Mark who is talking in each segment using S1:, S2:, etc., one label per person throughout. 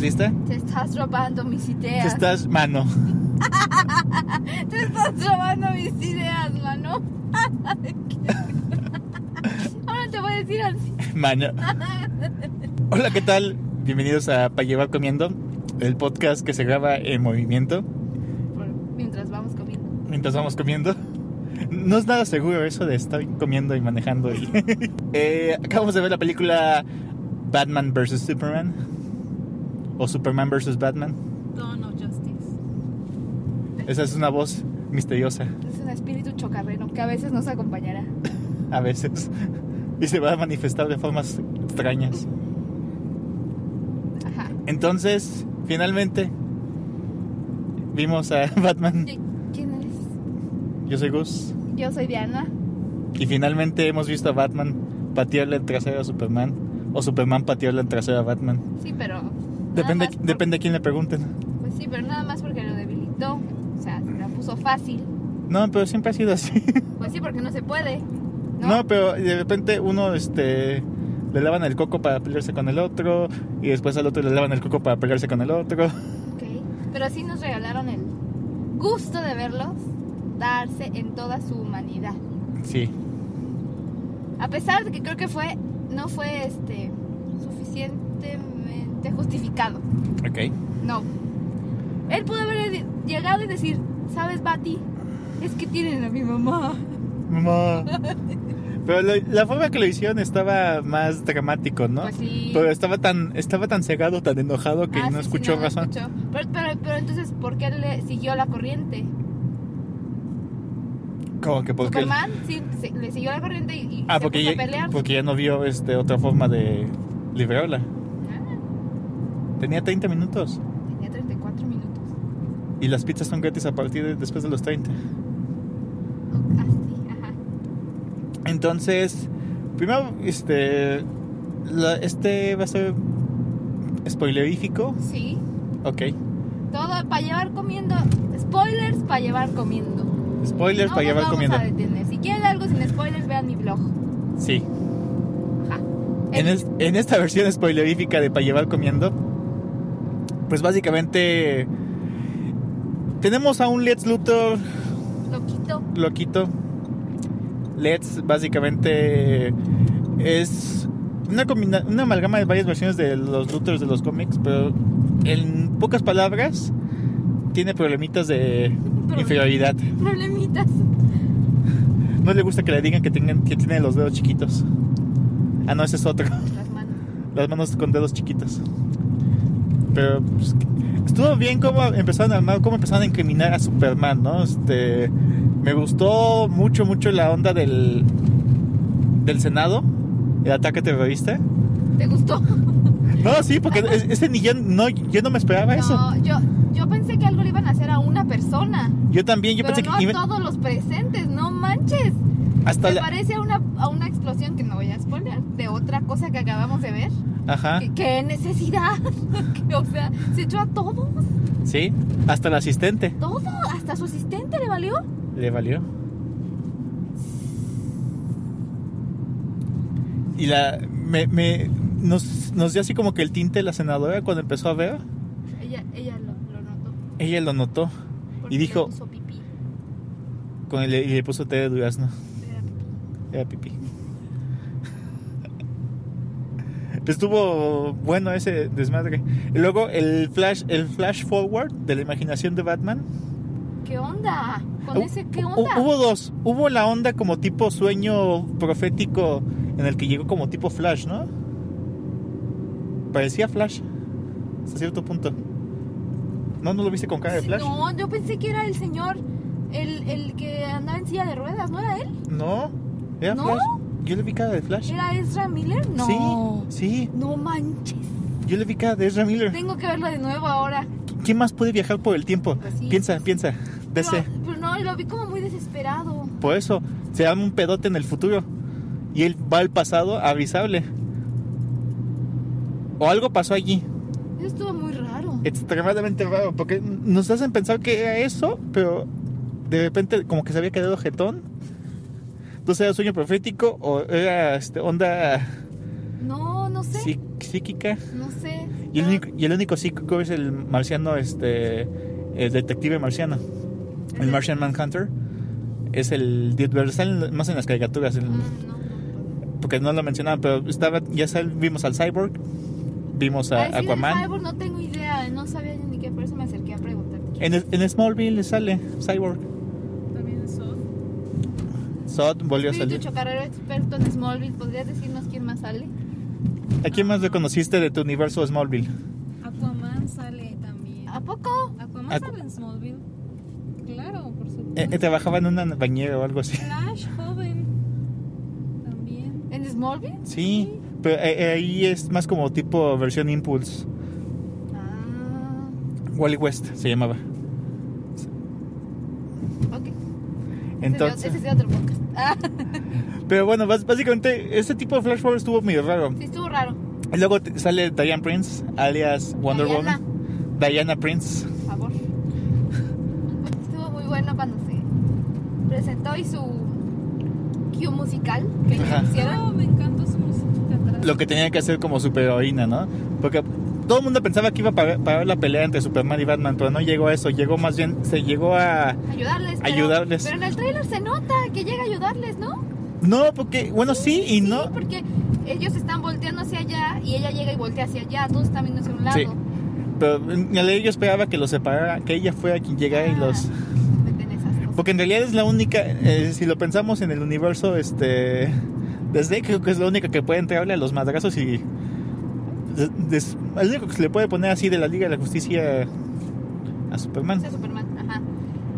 S1: lista?
S2: Te estás robando mis ideas.
S1: Te estás, mano.
S2: Te estás robando mis ideas, mano. Ahora te voy a decir así.
S1: Mano. Hola, ¿qué tal? Bienvenidos a Pa' Llevar Comiendo, el podcast que se graba en movimiento
S2: Por- Mientras vamos comiendo.
S1: mientras vamos comiendo. No es nada seguro eso de estar comiendo y manejando. y- Eh, acabamos de ver la película Batman vs. Superman. O Superman vs. Batman.
S3: Dawn of Justice.
S1: Esa es una voz misteriosa
S2: Es un espíritu chocarrero que a veces nos acompañará.
S1: a veces. Y se va a manifestar de formas extrañas.
S2: Ajá.
S1: Entonces, finalmente, vimos a Batman.
S2: ¿Y ¿Quién es?
S1: Yo soy Gus.
S2: Yo soy Diana.
S1: Y finalmente hemos visto a Batman patearle el trasero a Superman. O Superman patearle el trasero a Batman.
S2: Sí, pero. nada
S1: Depende,
S2: más por-
S1: depende a quién le pregunten.
S2: Pues sí, pero nada más porque lo debilitó. O sea, se la puso fácil.
S1: No, pero siempre ha sido así.
S2: Pues sí, porque no se puede.
S1: No, pero de repente uno este, le lavan el coco para pelearse con el otro. Y después al otro le lavan el coco para pelearse con el otro.
S2: Ok, pero sí nos regalaron el gusto de verlos darse en toda su humanidad.
S1: Sí.
S2: A pesar de que creo que fue no fue este suficientemente justificado.
S1: Ok.
S2: No. Él pudo haber llegado y decir, "¿Sabes, Bati? Es que tienen a mi mamá."
S1: Mamá. Pero la, la forma que lo hicieron estaba más dramático, ¿no?
S2: Pues sí.
S1: Pero estaba tan, estaba tan cegado, tan enojado que
S2: Ah,
S1: no
S2: sí, sí,
S1: escuchó
S2: no
S1: razón.
S2: escuchó. Pero, pero, pero entonces, ¿por qué le siguió la corriente?
S1: Como que porque.
S2: Superman sí, sí, le siguió la corriente y, y
S1: ah,
S2: Pues se
S1: porque
S2: puso a
S1: ya,
S2: pelear.
S1: porque ya no vio este, otra forma de liberarla.
S2: Ah,
S1: Tenía 30 minutos.
S2: tenía 34 minutos.
S1: Y las pizzas son gratis a partir de después de los 30.
S2: Ah, sí, ajá.
S1: Entonces, primero, este. la- este va a ser. spoilerífico.
S2: Sí.
S1: Ok.
S2: Todo para llevar comiendo. Spoilers para llevar comiendo.
S1: Spoilers
S2: no
S1: para
S2: nos
S1: llevar
S2: vamos
S1: comiendo.
S2: a detener. Si quieren algo sin spoilers, vean mi blog.
S1: Sí.
S2: Ajá.
S1: En,
S2: Eh,
S1: es- en esta versión spoilerífica de Para llevar comiendo, pues básicamente tenemos a un Let's Luthor
S2: Loquito.
S1: loquito. Let's básicamente es una, combina- una amalgama de varias versiones de los Luthors de los cómics, pero en pocas palabras tiene problemitas de
S2: Problema.
S1: inferioridad.
S2: Problemitas.
S1: No le gusta que le digan que, tengan, que tiene los dedos chiquitos. Ah, no, ese es otro.
S2: Las manos.
S1: las manos con dedos chiquitos. Pero pues, estuvo bien cómo empezaron a armar, cómo empezaron a incriminar a Superman, ¿no? Este, me gustó mucho, mucho la onda del, del Senado, el ataque terrorista.
S2: ¿Te gustó?
S1: No, sí, porque es- ese ni yo no, yo no me esperaba Ah, eso.
S2: No, yo, yo pensé que algo le iban a hacer a una persona.
S1: Yo también, yo
S2: pero
S1: pensé
S2: no
S1: que
S2: a
S1: iba-
S2: todos los presentes. No manches.
S1: hasta
S2: Me
S1: la,
S2: parece a una, a una explosión que no voy a spoiler. De otra cosa que acabamos de ver.
S1: ajá,
S2: ¿Qué, qué necesidad? Que, o sea, se echó a todos.
S1: sí, hasta el asistente
S2: Todo. Hasta su asistente le valió.
S1: le valió. Y la me, me- nos, nos dio así como que el tinte la senadora cuando empezó a ver.
S2: Ella, ella lo, lo notó.
S1: Ella lo notó
S2: porque
S1: Y dijo-
S2: le puso pipí.
S1: con el, y le puso té de durazno.
S2: Era
S1: Era
S2: pipí.
S1: pipí. Pues Estuvo bueno ese desmadre. Y luego el flash, el flash forward de la imaginación de Batman.
S2: ¿Qué onda? Con
S1: Hu-
S2: ese, ¿qué
S1: hu-
S2: onda?
S1: Hubo dos. Hubo la onda como tipo sueño profético en el que llegó como tipo flash, ¿no? Parecía flash. Hasta cierto punto. ¿No, no lo viste con cara de
S2: Sí,
S1: flash?
S2: No, yo pensé que era el señor, el, el que andaba en silla de ruedas, ¿no era él?
S1: No. ¿Era
S2: ¿No?
S1: flash? Yo le vi cara de flash.
S2: ¿Era Ezra Miller? No.
S1: Sí, sí.
S2: No manches.
S1: Yo le vi cara de Ezra Miller.
S2: Tengo que verlo de nuevo ahora.
S1: ¿Quién más puede viajar por el tiempo?
S2: Pues sí.
S1: Piensa, piensa.
S2: Pero,
S1: DC.
S2: pero no, lo vi como muy desesperado.
S1: Por eso se llama un pedote en el futuro. Y él va al pasado avisable. O algo pasó allí.
S2: Eso estuvo muy raro.
S1: Eh, Extremadamente raro. Porque nos hacen pensar que era eso, pero de repente como que se había quedado jetón. Entonces era sueño profético o era este, onda
S2: No, no sé.
S1: psí- psíquica.
S2: No sé.
S1: Y el, único, y el único psíquico es el marciano, este, el detective marciano, el Martian Manhunter. Es el pero sale más en las caricaturas, el-
S2: No, Ah, no, no.
S1: porque no lo mencionaban, pero estaba, ya sal- vimos al Cyborg, vimos a
S2: Ay, sí, del
S1: Aquaman.
S2: Cyborg no tengo idea, no sabía yo ni qué, por eso me acerqué a preguntarte. quién.
S1: En, el- en Smallville sale Cyborg.
S3: También es Sod.
S1: Sod volvió a
S2: Espíritu
S1: salir.
S2: chocarrero experto en Smallville, ¿podrías decirnos quién más sale?
S1: ¿A quién más reconociste de tu universo Smallville?
S3: Aquaman sale también.
S2: ¿A poco?
S3: Aquaman
S1: Aqu-
S3: sale en Smallville. Claro, por supuesto.
S1: Eh, eh, trabajaba en una bañera o algo así.
S3: Flash joven. También.
S2: ¿En Smallville?
S1: Sí, pero eh, eh, ahí es más como tipo versión Impulse.
S2: Ah,
S1: Wally West se llamaba.
S2: ok.
S1: Entonces.
S2: Ese es de otro podcast. Ah,
S1: Pero bueno, bas- básicamente este tipo de flash forward estuvo medio raro.
S2: sí, estuvo raro.
S1: Y Luego te- sale Diane Prince, alias Wonder
S2: Diana,
S1: Woman. Diana Prince.
S2: Por favor. Estuvo muy bueno cuando se presentó y su cue musical que
S1: Ajá.
S2: hicieron.
S3: No, oh, me encantó su música atrás.
S1: Lo que tenía que hacer como superheroína, ¿no? Porque todo el mundo pensaba que iba a parar, parar la pelea entre Superman y Batman, pero no llegó a eso. Llegó más bien, se llegó a...
S2: Ayudarles. pero-
S1: Ayudarles.
S2: Pero en el tráiler se nota que llega a ayudarles, ¿no?
S1: No, porque, bueno, sí y
S2: Sí,
S1: no.
S2: porque ellos están volteando hacia allá y ella llega y voltea hacia allá. Todos están viendo hacia un lado.
S1: Sí. Pero en realidad yo esperaba que los separara, que ella fuera quien llegara y los...
S2: Meten esas cosas.
S1: Porque en realidad es la única, eh, si lo pensamos en el universo, este, desde creo que es la única que puede entrarle a los madrazos y des- des- el único que se le puede poner así de la Liga de la Justicia a Superman.
S2: Ese Superman, ajá.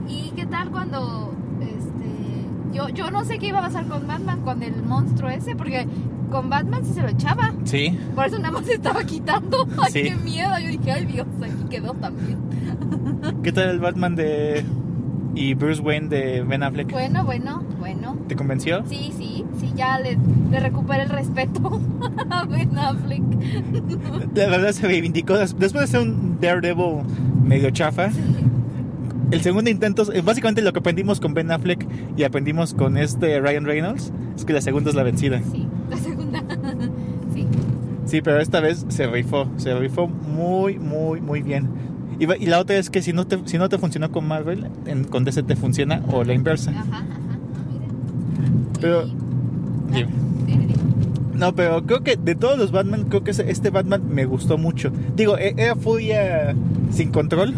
S2: ¿Y qué tal cuando este yo yo no sé qué iba a pasar con Batman con el monstruo ese porque con Batman sí se lo echaba,
S1: Sí,
S2: por eso nada más se estaba quitando. Ay,
S1: Sí.
S2: qué miedo. Yo dije, ay Dios, aquí quedó también.
S1: ¿qué tal el Batman de y Bruce Wayne de Ben Affleck?
S2: Bueno, bueno, bueno.
S1: ¿Te convenció?
S2: Sí, sí, sí, ya le, le recupera el respeto a Ben Affleck.
S1: La verdad se reivindicó des- después de ser un Daredevil medio chafa. El segundo intento, eh, básicamente lo que aprendimos con Ben Affleck y aprendimos con este Ryan Reynolds es que la segunda es la vencida.
S2: Sí, la segunda. Sí.
S1: Sí, pero esta vez se rifó, se rifó muy, muy, muy bien. Y, va- y la otra es que si no te, si no te funcionó con Marvel, en- con DC te funciona o la inversa.
S2: Ajá, ajá. Mira.
S1: Pero-
S2: Y-
S1: Dime.
S2: Dime, dime.
S1: No, pero creo que de todos los Batman, creo que ese- este Batman me gustó mucho. Digo, e- era furia sin control,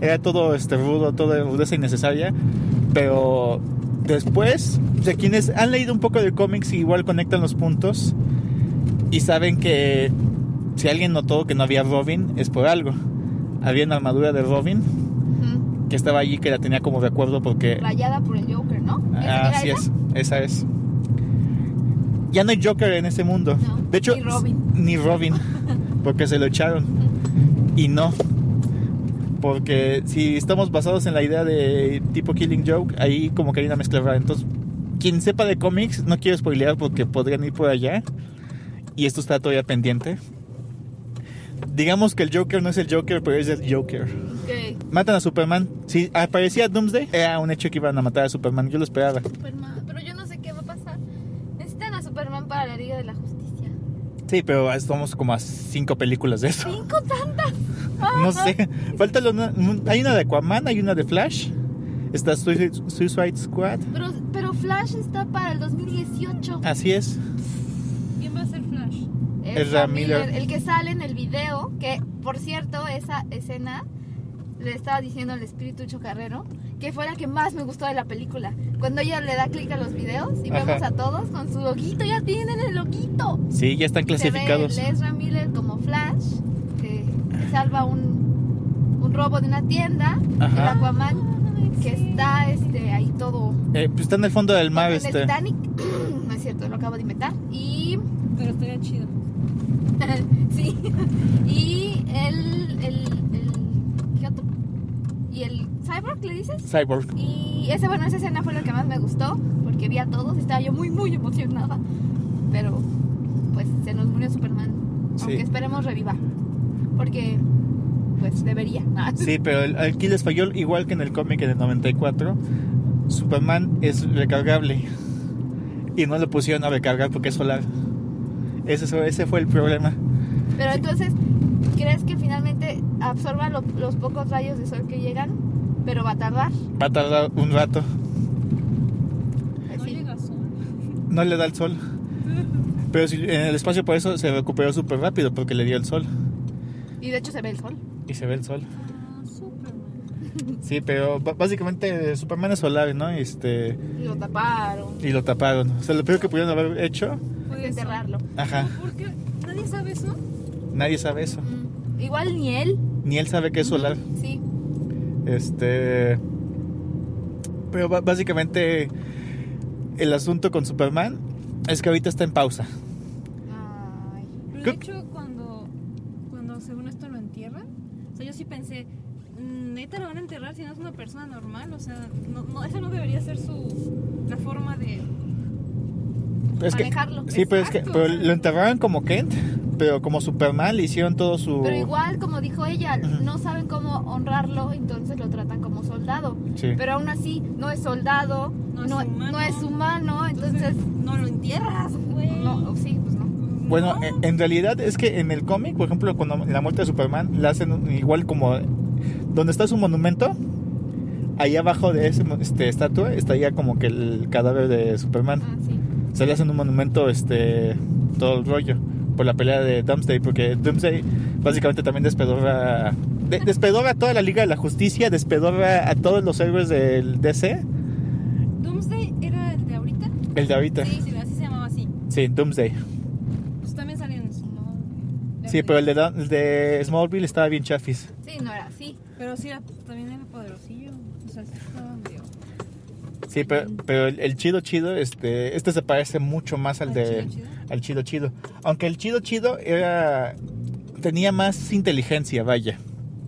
S1: era todo este rudo, toda rudeza innecesaria, pero después, de quienes han leído un poco de cómics, igual conectan los puntos y saben que si alguien notó que no había Robin, es por algo. Había una armadura de Robin
S2: Ujú.
S1: que estaba allí que la tenía como recuerdo porque
S2: Rayada por el Joker, ¿no? ¿Era
S1: así
S2: esa?
S1: es, esa es. Ya no hay Joker en este mundo.
S2: No,
S1: de hecho,
S2: ni Robin.
S1: ni Robin, porque se lo echaron. Y no. Porque si estamos basados en la idea de tipo Killing Joke, ahí como que hay una mezcla rara. Entonces, quien sepa de cómics, no quiero spoilear porque podrían ir por allá. Y esto está todavía pendiente. Digamos que el Joker no es el Joker, pero es el Joker.
S2: Ok.
S1: Matan a Superman. Si aparecía Doomsday, era un hecho que iban a matar a Superman. Yo lo esperaba.
S2: Superman, pero yo no sé qué va a pasar. Necesitan a Superman para la Liga de la Justicia.
S1: Sí, pero estamos como a cinco películas de eso.
S2: Cinco tantas.
S1: No sé. Falta la una- hay una de Aquaman, hay una de Flash. Está Suicide Suicide Squad.
S2: Pero, pero Flash está para el 2018.
S1: Así es.
S3: ¿Quién va a ser Flash?
S2: Es
S1: Ezra
S2: Ramírez
S1: Miller.
S2: El que sale en el video, que por cierto, esa escena le estaba diciendo al espíritu chocarrero que fue la que más me gustó de la película. Cuando ella le da clic a los videos y
S1: Ajá.
S2: vemos a todos con su loguito, ya tienen el loguito.
S1: Sí, ya están clasificados.
S2: Se ve el Ezra Miller como Flash, que salva un, un robo de una tienda. El
S1: Ajá.
S2: Aquaman,
S3: Ay,
S2: Ah, que
S3: sí.
S2: está este, ahí todo.
S1: Eh, pues está en el fondo del mar
S2: en el
S1: este.
S2: Titanic. no es cierto, lo acabo de inventar. Y.
S3: Pero estaría chido.
S2: sí. Y el, el, el. ¿Qué otro? ¿Y el Cyborg le dices?
S1: Cyborg.
S2: Y esa, bueno, esa escena fue la que más me gustó, porque vi a todos, estaba yo muy, muy emocionada. Pero, pues, se nos murió Superman.
S1: Sí.
S2: Aunque esperemos reviva. Porque, pues, debería. Ah,
S1: Sí, pero el, aquí les falló igual que en el cómic en el 94. Superman es recargable. Y no lo pusieron a recargar porque es solar. Ese, fue- ese fue el problema.
S2: Pero entonces, ¿crees que finalmente absorba lo- los pocos rayos de sol que llegan? Pero va a tardar.
S1: Va a tardar un rato.
S3: No
S2: Así.
S3: llega sol.
S1: No le da el sol. Pero si, en el espacio por eso se recuperó súper rápido porque le dio el sol.
S2: Y de hecho se ve el sol.
S1: Y se ve el sol.
S3: Ah, Superman.
S1: Sí, pero b- básicamente eh, Superman es solar, ¿no? Este,
S2: Y lo taparon.
S1: y lo taparon. O sea, lo peor que pudieron haber hecho.
S2: Hay
S3: Fue
S2: que
S3: eso.
S2: enterrarlo.
S1: Ajá.
S3: No, Pues, ¿Por qué? ¿Nadie sabe eso?
S1: Nadie sabe eso.
S2: Mm. Igual ni él.
S1: Ni él sabe que es solar.
S2: Sí.
S1: Este. Pero ba- básicamente el asunto con Superman es que ahorita está en pausa.
S2: Ay.
S3: Pero de
S1: Creo-
S3: hecho, cuando, cuando según esto lo entierran, o sea, yo sí pensé, "Mm, neta lo van a enterrar si no es una persona normal, o sea, no, no, esa no debería ser su, la forma de...
S1: Pero es que-
S2: Manejarlo.
S1: sí, pero es que
S3: Exacto,
S1: pero
S3: o sea.
S1: lo enterraron como Kent, pero como Superman le hicieron todo su.
S2: Pero igual, como dijo ella,
S1: Ujú.
S2: no saben cómo honrarlo, entonces lo tratan como soldado.
S1: Sí.
S2: Pero aún así, no es soldado, no,
S3: No es humano.
S2: no es humano, entonces...
S3: no lo entierras, güey.
S2: No, sí, pues no.
S1: Bueno,
S3: No.
S1: en- en realidad es que en el cómic, por ejemplo, cuando la muerte de Superman, la hacen un- igual como donde está su monumento, ahí abajo de esa este, estatua estaría como que el cadáver de Superman.
S2: Ah, sí.
S1: se le hacen un monumento este todo el rollo por la pelea de Doomsday porque Doomsday básicamente también despedorra de- despedorra a toda la Liga de la Justicia despedorra a todos los héroes del DC
S3: Doomsday era el de ahorita.
S1: el de ahorita
S3: Sí, sí, así se llamaba así.
S1: sí Doomsday
S3: Pues también salían su nombre.
S1: sí pero el de, Dun- el de Smallville estaba bien chafis
S2: Sí, no era así.
S3: Pero sí, era- también era poderosillo. O sea, sí estaba medio...
S1: sí pero, pero el, el chido chido este este se parece mucho más al,
S3: Al
S1: de
S3: chido chido.
S1: al chido chido aunque el chido chido era tenía más inteligencia vaya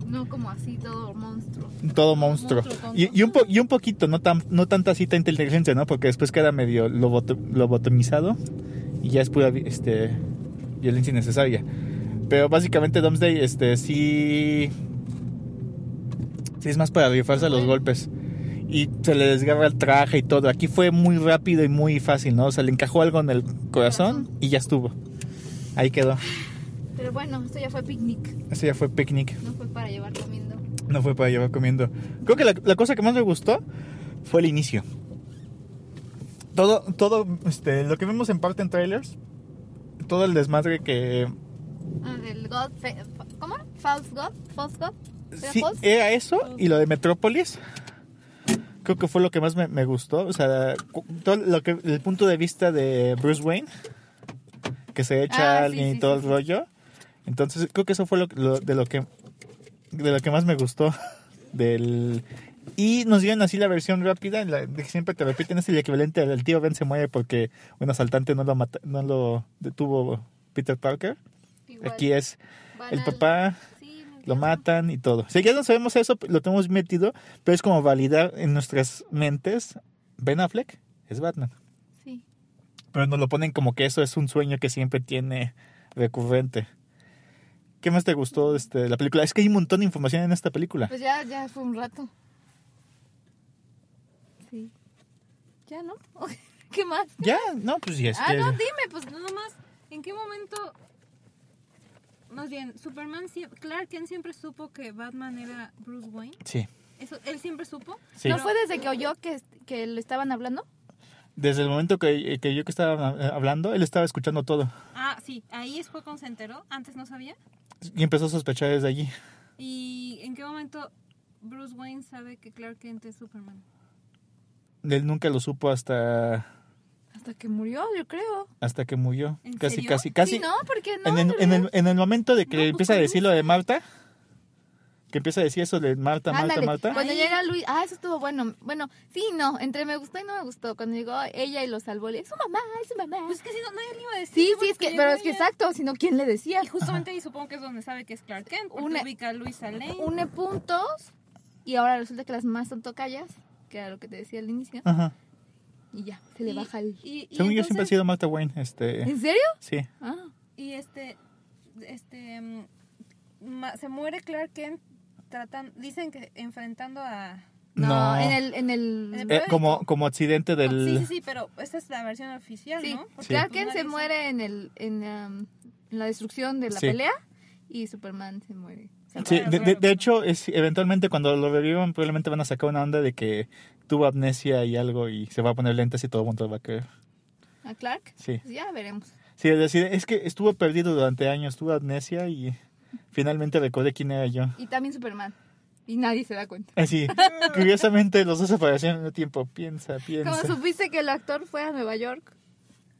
S2: No como así, todo monstruo.
S1: Todo monstruo.
S3: Monstruo tonto.
S1: Y, y un po- y un poquito, no, tan, no tanta cita inteligencia, ¿no? Porque después queda medio loboto- lobotomizado y ya es pura vi- este, violencia innecesaria. Pero básicamente Domsday este, sí, sí es más para rifarse a los
S2: Bueno.
S1: golpes. Y se le desgarra el traje y todo. Aquí fue muy rápido y muy fácil, ¿no? O sea, le encajó algo en el corazón
S2: Corazón.
S1: y ya estuvo. Ahí quedó.
S2: Pero bueno, esto ya fue picnic,
S1: Ese ya fue picnic.
S2: no fue para llevar comiendo.
S1: No fue para llevar comiendo. Creo que la, la cosa que más me gustó fue el inicio. Todo, todo, este, lo que vemos en parte en trailers, todo el desmadre que...
S2: Ah, del God... fe- ¿Cómo? False God? False God? ¿Era Ah,
S1: Sí,
S2: false?
S1: era eso y lo de Metrópolis. Creo que fue lo que más me, me gustó. O sea, cu- todo lo que, el punto de vista de Bruce Wayne, que se echa
S2: Ah,
S1: a
S2: sí,
S1: alguien
S2: sí,
S1: y todo
S2: sí,
S1: el rollo. Entonces, creo que eso fue lo, lo- de lo que de lo que más me gustó del y nos dieron así la versión rápida la de que siempre te repiten es el equivalente al tío Ben se muere porque un asaltante no lo mata- no lo detuvo Peter Parker
S2: Igual.
S1: aquí es
S2: Van
S1: el
S2: al-
S1: papá
S2: Sí, me
S1: lo
S2: acuerdo.
S1: matan y todo. Si ya no sabemos eso, lo tenemos metido, pero es como validar en nuestras mentes. Ben Affleck es Batman.
S2: Sí.
S1: Pero nos lo ponen como que eso es un sueño que siempre tiene recurrente. ¿Qué más te gustó este, de la película? Es que hay un montón de información en esta película.
S2: Pues ya, ya fue un rato. Sí. ¿Ya no? ¿Qué más?
S1: Ya, no, pues sí, es
S2: ah,
S1: que...
S2: no, dime, pues.
S3: Pues nada más, ¿en qué momento? Más bien, Superman, sie- Clark Kent siempre supo que Batman era Bruce Wayne.
S1: Sí,
S3: Eso, él siempre supo.
S1: sí.
S2: ¿No fue desde que oyó que, que le estaban hablando?
S1: Desde el momento que, que yo que estaba eh, hablando, él estaba escuchando todo.
S3: Ah, sí, ahí es cuando se enteró. Antes no sabía.
S1: Y empezó a sospechar desde allí.
S3: ¿Y en qué momento Bruce Wayne sabe que Clark Kent es Superman?
S1: Él nunca lo supo hasta,
S2: Hasta que murió, yo creo.
S1: hasta que murió.
S3: ¿En
S1: Casi,
S3: serio?
S1: casi, casi.
S2: Sí, no, porque no.
S1: en, el,
S2: ¿verdad?
S1: en, el, en el momento de que
S3: No, pues,
S1: empieza a
S3: ¿cómo
S1: decir lo de Marta, que empieza a decir eso de Marta, Marta,
S2: Ándale,
S1: Marta.
S3: pues,
S2: Cuando llega Luis, ah, eso estuvo bueno. Bueno, sí, no, entre me gustó y no me gustó. Cuando llegó ella y lo salvó, le es su mamá, es su mamá.
S3: Pues que si no, nadie le iba a decir.
S2: sí, sí,
S3: porque
S2: es que,
S3: llegó
S2: pero es que
S3: ella.
S2: exacto, sino ¿quién le decía?
S3: Y justamente ahí supongo que es donde sabe que es Clark Kent. Porque
S2: Una-
S3: ubica a Luisa Lane.
S2: Une puntos y ahora resulta que las más son tocayas, que era lo que te decía al inicio,
S1: Ajá.
S2: y ya, se le
S3: Y-
S2: baja el...
S3: Y, y
S1: Según yo siempre ha
S3: entonces-
S1: sido Marta Wayne, este,
S2: ¿En serio?
S1: sí.
S2: Ah,
S3: Y este, este, mm, ma- se muere Clark Kent tratan, dicen que enfrentando a,
S2: No,
S1: No.
S2: en el. En el...
S3: En el- Ah,
S1: Eh, como, como accidente del.
S3: Sí, sí, sí, pero esta es la versión oficial,
S2: Sí,
S3: ¿no? Porque
S2: Clark
S3: pues
S2: Kent
S3: nadie
S2: se
S3: sabe.
S2: muere en, el, en, um, en la destrucción de la
S1: Sí.
S2: pelea y Superman se muere.
S1: Sí, de, de- de hecho, es, eventualmente cuando lo revivan, probablemente van a sacar una onda de que tuvo amnesia y algo y se va a poner lentes y todo el mundo va a creer.
S2: ¿A Clark?
S1: Sí.
S2: Pues ya veremos.
S1: Sí, es decir, es que estuvo perdido durante años, tuvo amnesia y finalmente recordé quién era yo.
S2: Y también Superman. Y nadie se da cuenta.
S1: Así, curiosamente los dos aparecieron al mismo tiempo. Piensa,
S2: Como
S1: piensa.
S2: supiste que el actor fue a Nueva York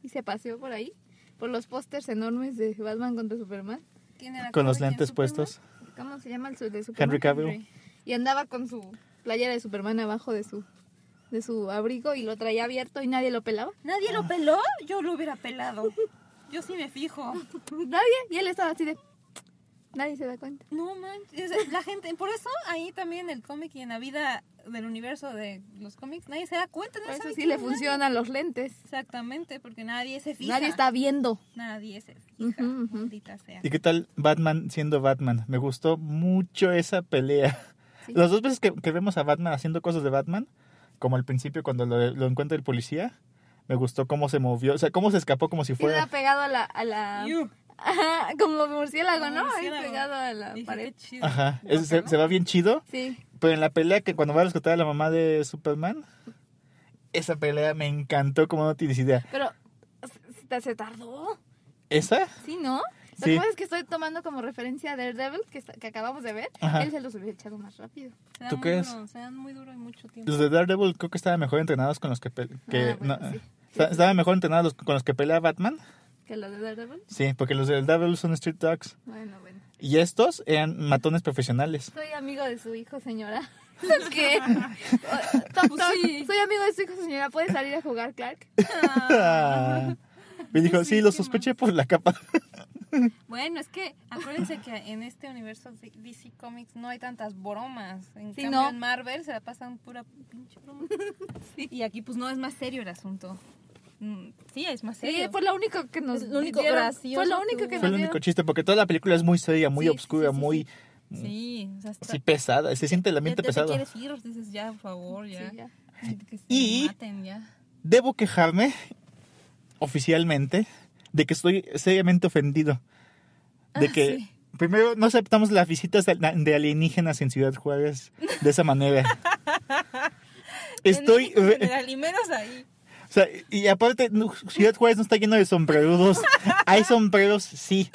S2: y se paseó por ahí, por los pósters enormes de Batman contra Superman.
S3: ¿Quién era
S1: Con los
S3: Clark
S1: lentes
S3: Kent?
S1: puestos.
S2: ¿Cómo se llama el su- de Superman?
S1: Henry Cavill.
S3: Henry.
S2: Y andaba con su playera de Superman abajo de su, de su abrigo y lo traía abierto y nadie lo pelaba.
S3: ¿Nadie lo peló? Yo lo hubiera pelado. Yo sí me fijo.
S2: Nadie. Pues, Y él estaba así de... Nadie se da cuenta.
S3: No manches, la gente, por eso ahí también en el cómic y en la vida del universo de los cómics, nadie se da cuenta.
S2: Por
S3: nadie
S2: eso
S3: sabe
S2: sí
S3: quién
S2: le
S3: es nadie.
S2: funcionan los lentes.
S3: Exactamente, porque nadie se fija.
S2: Nadie está viendo.
S3: Nadie se fija.
S2: Ujú, ujú.
S3: Maldita sea.
S1: ¿Y qué tal Batman siendo Batman? Me gustó mucho esa pelea.
S2: Sí.
S1: Las dos veces que, que vemos a Batman haciendo cosas de Batman, como al principio cuando lo, lo encuentra el policía, me gustó cómo se movió, o sea, cómo se escapó como si
S2: Queda
S1: fuera...
S2: pegado a la... A la...
S3: Iu,
S2: Ajá, como murciélago, ¿no? Ahí
S3: murciélago.
S2: pegado a la
S3: dije,
S2: pared.
S3: qué chido.
S1: Ajá, es-
S3: Guaca,
S1: se,
S3: ¿no?
S1: se va bien chido,
S2: Sí.
S1: pero en la pelea que cuando va a rescatar a la mamá de Superman, esa pelea me encantó como no tienes idea.
S2: Pero se- se- se tardó.
S1: ¿Esa?
S2: Sí, ¿no? Lo
S1: Sí.
S2: que pasa es que estoy tomando como referencia a Daredevil que, está- que acabamos de ver.
S1: Ajá.
S2: Él se los hubiera echado más rápido.
S3: Se dan
S1: ¿Tú
S3: muy
S1: crees?
S3: duro, se dan muy duro y mucho tiempo.
S1: Los de Daredevil creo que estaban mejor entrenados con los que... pe- que
S2: Ah, bueno,
S1: no, eh,
S2: sí.
S1: esta- Estaban mejor entrenados los- con los que pelea Batman.
S2: Que los de Daredevil.
S1: Sí, porque los del Daredevil son Street Dogs.
S2: Bueno, bueno.
S1: Y estos eran matones profesionales.
S2: Soy amigo de su hijo, señora. ¿Qué? Toc, toc.
S3: sí.
S2: Soy amigo de su hijo, señora. ¿Puede salir a jugar, Clark?
S1: Ah. Me dijo,
S3: Sí,
S1: sí, lo
S3: ¿qué
S1: sospeché por la capa.
S3: Bueno, es que acuérdense que en este universo de DC Comics no hay tantas bromas. En
S2: Sí,
S3: cambio
S2: ¿no?
S3: en Marvel se la pasan pura pinche broma. Y aquí pues no es más serio el asunto. Mm, Sí, es más
S2: Sí,
S3: serio.
S2: fue lo único que nos.
S3: Es lo único
S2: dieron.
S3: gracioso
S2: Fue lo
S3: que
S2: único que
S3: hubo.
S1: Fue
S2: nos
S1: el único
S2: dieron.
S1: chiste, porque toda la película es muy seria, muy
S2: Sí, sí,
S1: obscura,
S2: sí, sí,
S1: muy
S3: Sí, o sea, está-
S1: así pesada. Se siente el
S3: ya,
S1: ambiente
S3: ya te
S1: pesado.
S3: quieres ir, dices ya, por favor, ya.
S2: Sí, ya.
S3: Que se
S1: Y-
S3: maten ya.
S1: Debo quejarme oficialmente de que estoy seriamente ofendido. De
S3: Ah,
S1: que,
S3: sí.
S1: primero, no aceptamos las visitas de- de alienígenas en Ciudad Juárez de esa manera. Estoy...
S3: En
S1: re-
S3: general, y menos ahí.
S1: O sea, y aparte, no, Ciudad Juárez no está lleno de sombrerudos. Hay sombreros, sí,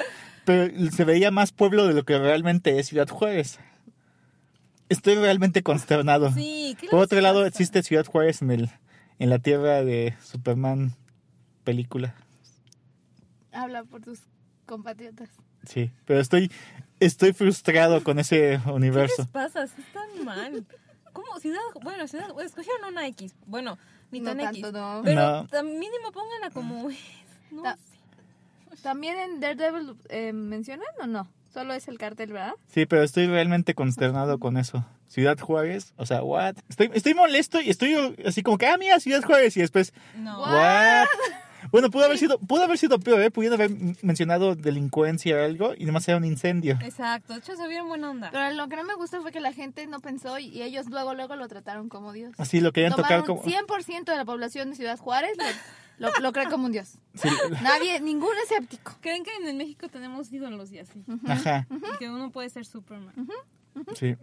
S1: pero se veía más pueblo de lo que realmente es Ciudad Juárez. Estoy realmente consternado.
S3: Sí, ¿qué
S1: Por
S3: les
S1: otro lado,
S3: pasa?
S1: existe Ciudad Juárez en, el, en la tierra de Superman película.
S2: Habla por tus compatriotas.
S1: Sí, pero estoy, estoy frustrado con ese
S3: ¿Qué les
S1: universo.
S3: pasa? Sí, están mal. ¿Cómo? Ciudad, bueno, ciudad, escogieron una X. Bueno, ni
S2: no
S3: tan X.
S2: tanto, no.
S3: Pero
S1: No.
S3: tan mínimo pónganla como es. No,
S2: Ta-
S3: sé.
S2: ¿También en Daredevil eh, mencionan o no? Solo es el cartel, ¿verdad?
S1: Sí, pero estoy realmente consternado con eso. Ciudad Juárez, o sea, what? Estoy, estoy molesto y estoy así como que, ah, mira, Ciudad Juárez, y después,
S3: no.
S2: What?
S1: What? Bueno, pudo haber sido, pudo haber sido peor, ¿eh? Pudiendo haber m- mencionado delincuencia o algo y nomás era un incendio.
S3: Exacto, de hecho se vieron buena onda.
S2: Pero lo que no me gusta fue que la gente no pensó y, y ellos luego, luego lo trataron como Dios.
S1: Así lo querían tocar
S2: Tomaron
S1: como.
S2: 100% de la población de Ciudad Juárez lo, lo, lo cree como un Dios.
S1: Sí,
S2: Nadie, ningún escéptico.
S3: Creen que en el México tenemos ídolos y así.
S1: ajá,
S3: Y que uno puede ser Superman.
S1: sí.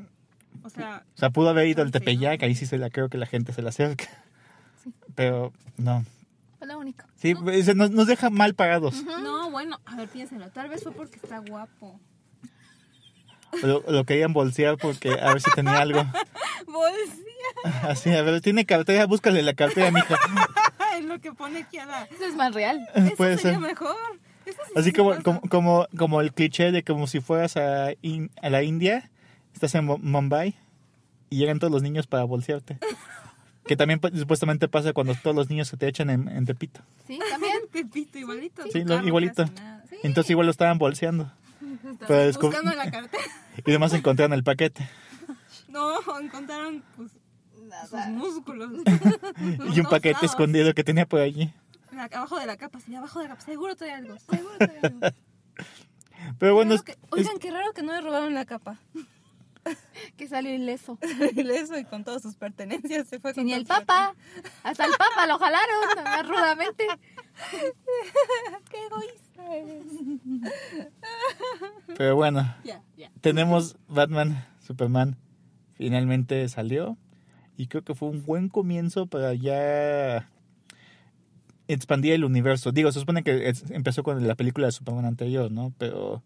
S3: O sea,
S1: O sea, pudo haber ido al
S3: Sí, ¿no?
S1: Tepeyac, ahí sí se la creo que la gente se la acerca. Pero no.
S2: Fue lo único.
S1: Sí, pues, nos, nos deja mal pagados.
S3: no, bueno, a ver, piénsalo. Tal vez fue porque está guapo.
S1: Lo, lo querían bolsear porque a ver si tenía algo.
S3: Bolsía.
S1: Así, a ver, tiene cartera, búscale la cartera, mija.
S3: Es lo que pone aquí a la.
S2: Eso es más real.
S3: Eso
S1: Puede
S3: sería
S1: ser.
S3: mejor. Eso sí
S1: Así
S3: sí
S1: como,
S3: pasa.
S1: como, como, como el cliché de como si fueras a, in- a la India, estás en Mo- Mumbai y llegan todos los niños para bolsearte. Que también pues, supuestamente pasa cuando todos los niños se te echan en, en Tepito.
S2: Sí, también.
S3: Pepito, igualito.
S1: Sí,
S3: Tu
S1: lo-
S3: carro
S1: igualito.
S3: casi nada. Sí,
S1: Entonces igual lo estaban bolseando.
S3: está
S1: pero descub-
S3: buscando la cartera.
S1: Y además encontraron el paquete.
S3: No, encontraron pues, sus
S2: Nada.
S3: músculos.
S1: Y un paquete
S3: escondido
S1: escondido que tenía por allí.
S3: La- abajo de la capa, sí, abajo de la capa. Seguro trae algo, seguro trae algo.
S1: Pero bueno,
S3: Raro
S1: es-
S3: que-
S1: es-
S3: oigan, qué raro que no le robaron la capa.
S2: que salió ileso.
S4: Eso y con todas sus pertenencias se fue
S2: Sí,
S4: con
S2: ni
S4: todo
S2: el
S4: su
S2: papa. Hasta el papa lo jalaron más rudamente.
S4: botín. ¡Qué egoísta eres!
S1: Pero bueno,
S4: Ya, ya.
S1: tenemos Batman, Superman. Finalmente salió. Y creo que fue un buen comienzo para ya expandir el universo. Digo, se supone que es- empezó con la película de Superman anterior, ¿no? Pero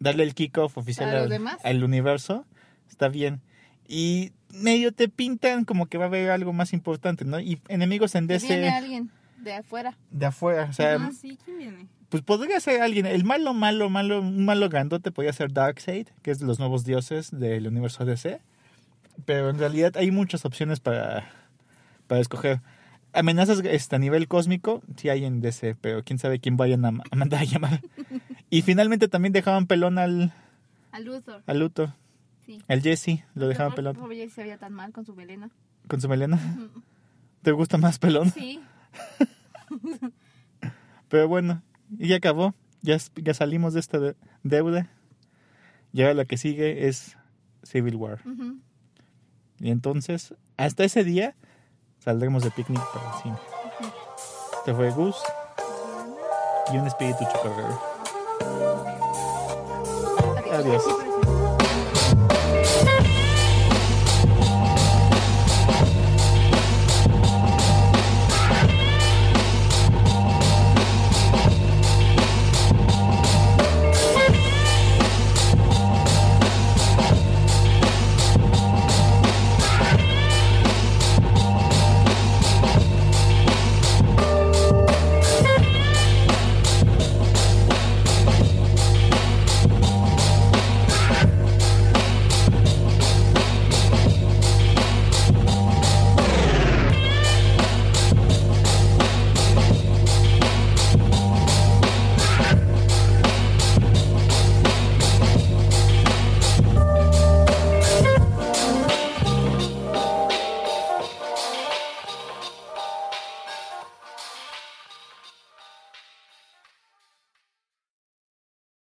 S1: darle el kickoff oficial
S2: ¿A los
S1: al-
S2: demás?
S1: al universo está bien. Y medio te pintan como que va a haber algo más importante, ¿no? Y enemigos en
S2: Que
S1: DC
S2: Pues Viene alguien de afuera.
S1: de afuera. O sea,
S3: ah, sí, ¿quién viene?
S1: pues podría ser alguien. El malo, malo, malo, un malo grandote podría ser Darkseid, que es de los nuevos dioses del universo DC. Pero en realidad hay muchas opciones para, para escoger. Amenazas este, a nivel cósmico, sí hay en DC, pero quién sabe quién vayan a ma- a mandar a llamar. Y finalmente también dejaban pelón al,
S2: A Luthor.
S1: al Luthor,
S2: Sí.
S1: al Jesse, lo dejaban
S2: Pobre-
S1: pelón
S2: pobre Jesse se veía tan mal con su melena.
S1: con su melena. ¿Te gusta más pelón?
S2: Sí.
S1: Pero bueno, y ya acabó. Ya, es- ya salimos de esta de- deuda. Y ahora lo que sigue es Civil War.
S2: ujú.
S1: Y entonces, hasta ese día, saldremos de picnic para el cine. Este fue Gus y un espíritu chocarrero.
S2: Adiós.
S1: Adiós.
S3: Sí, parece.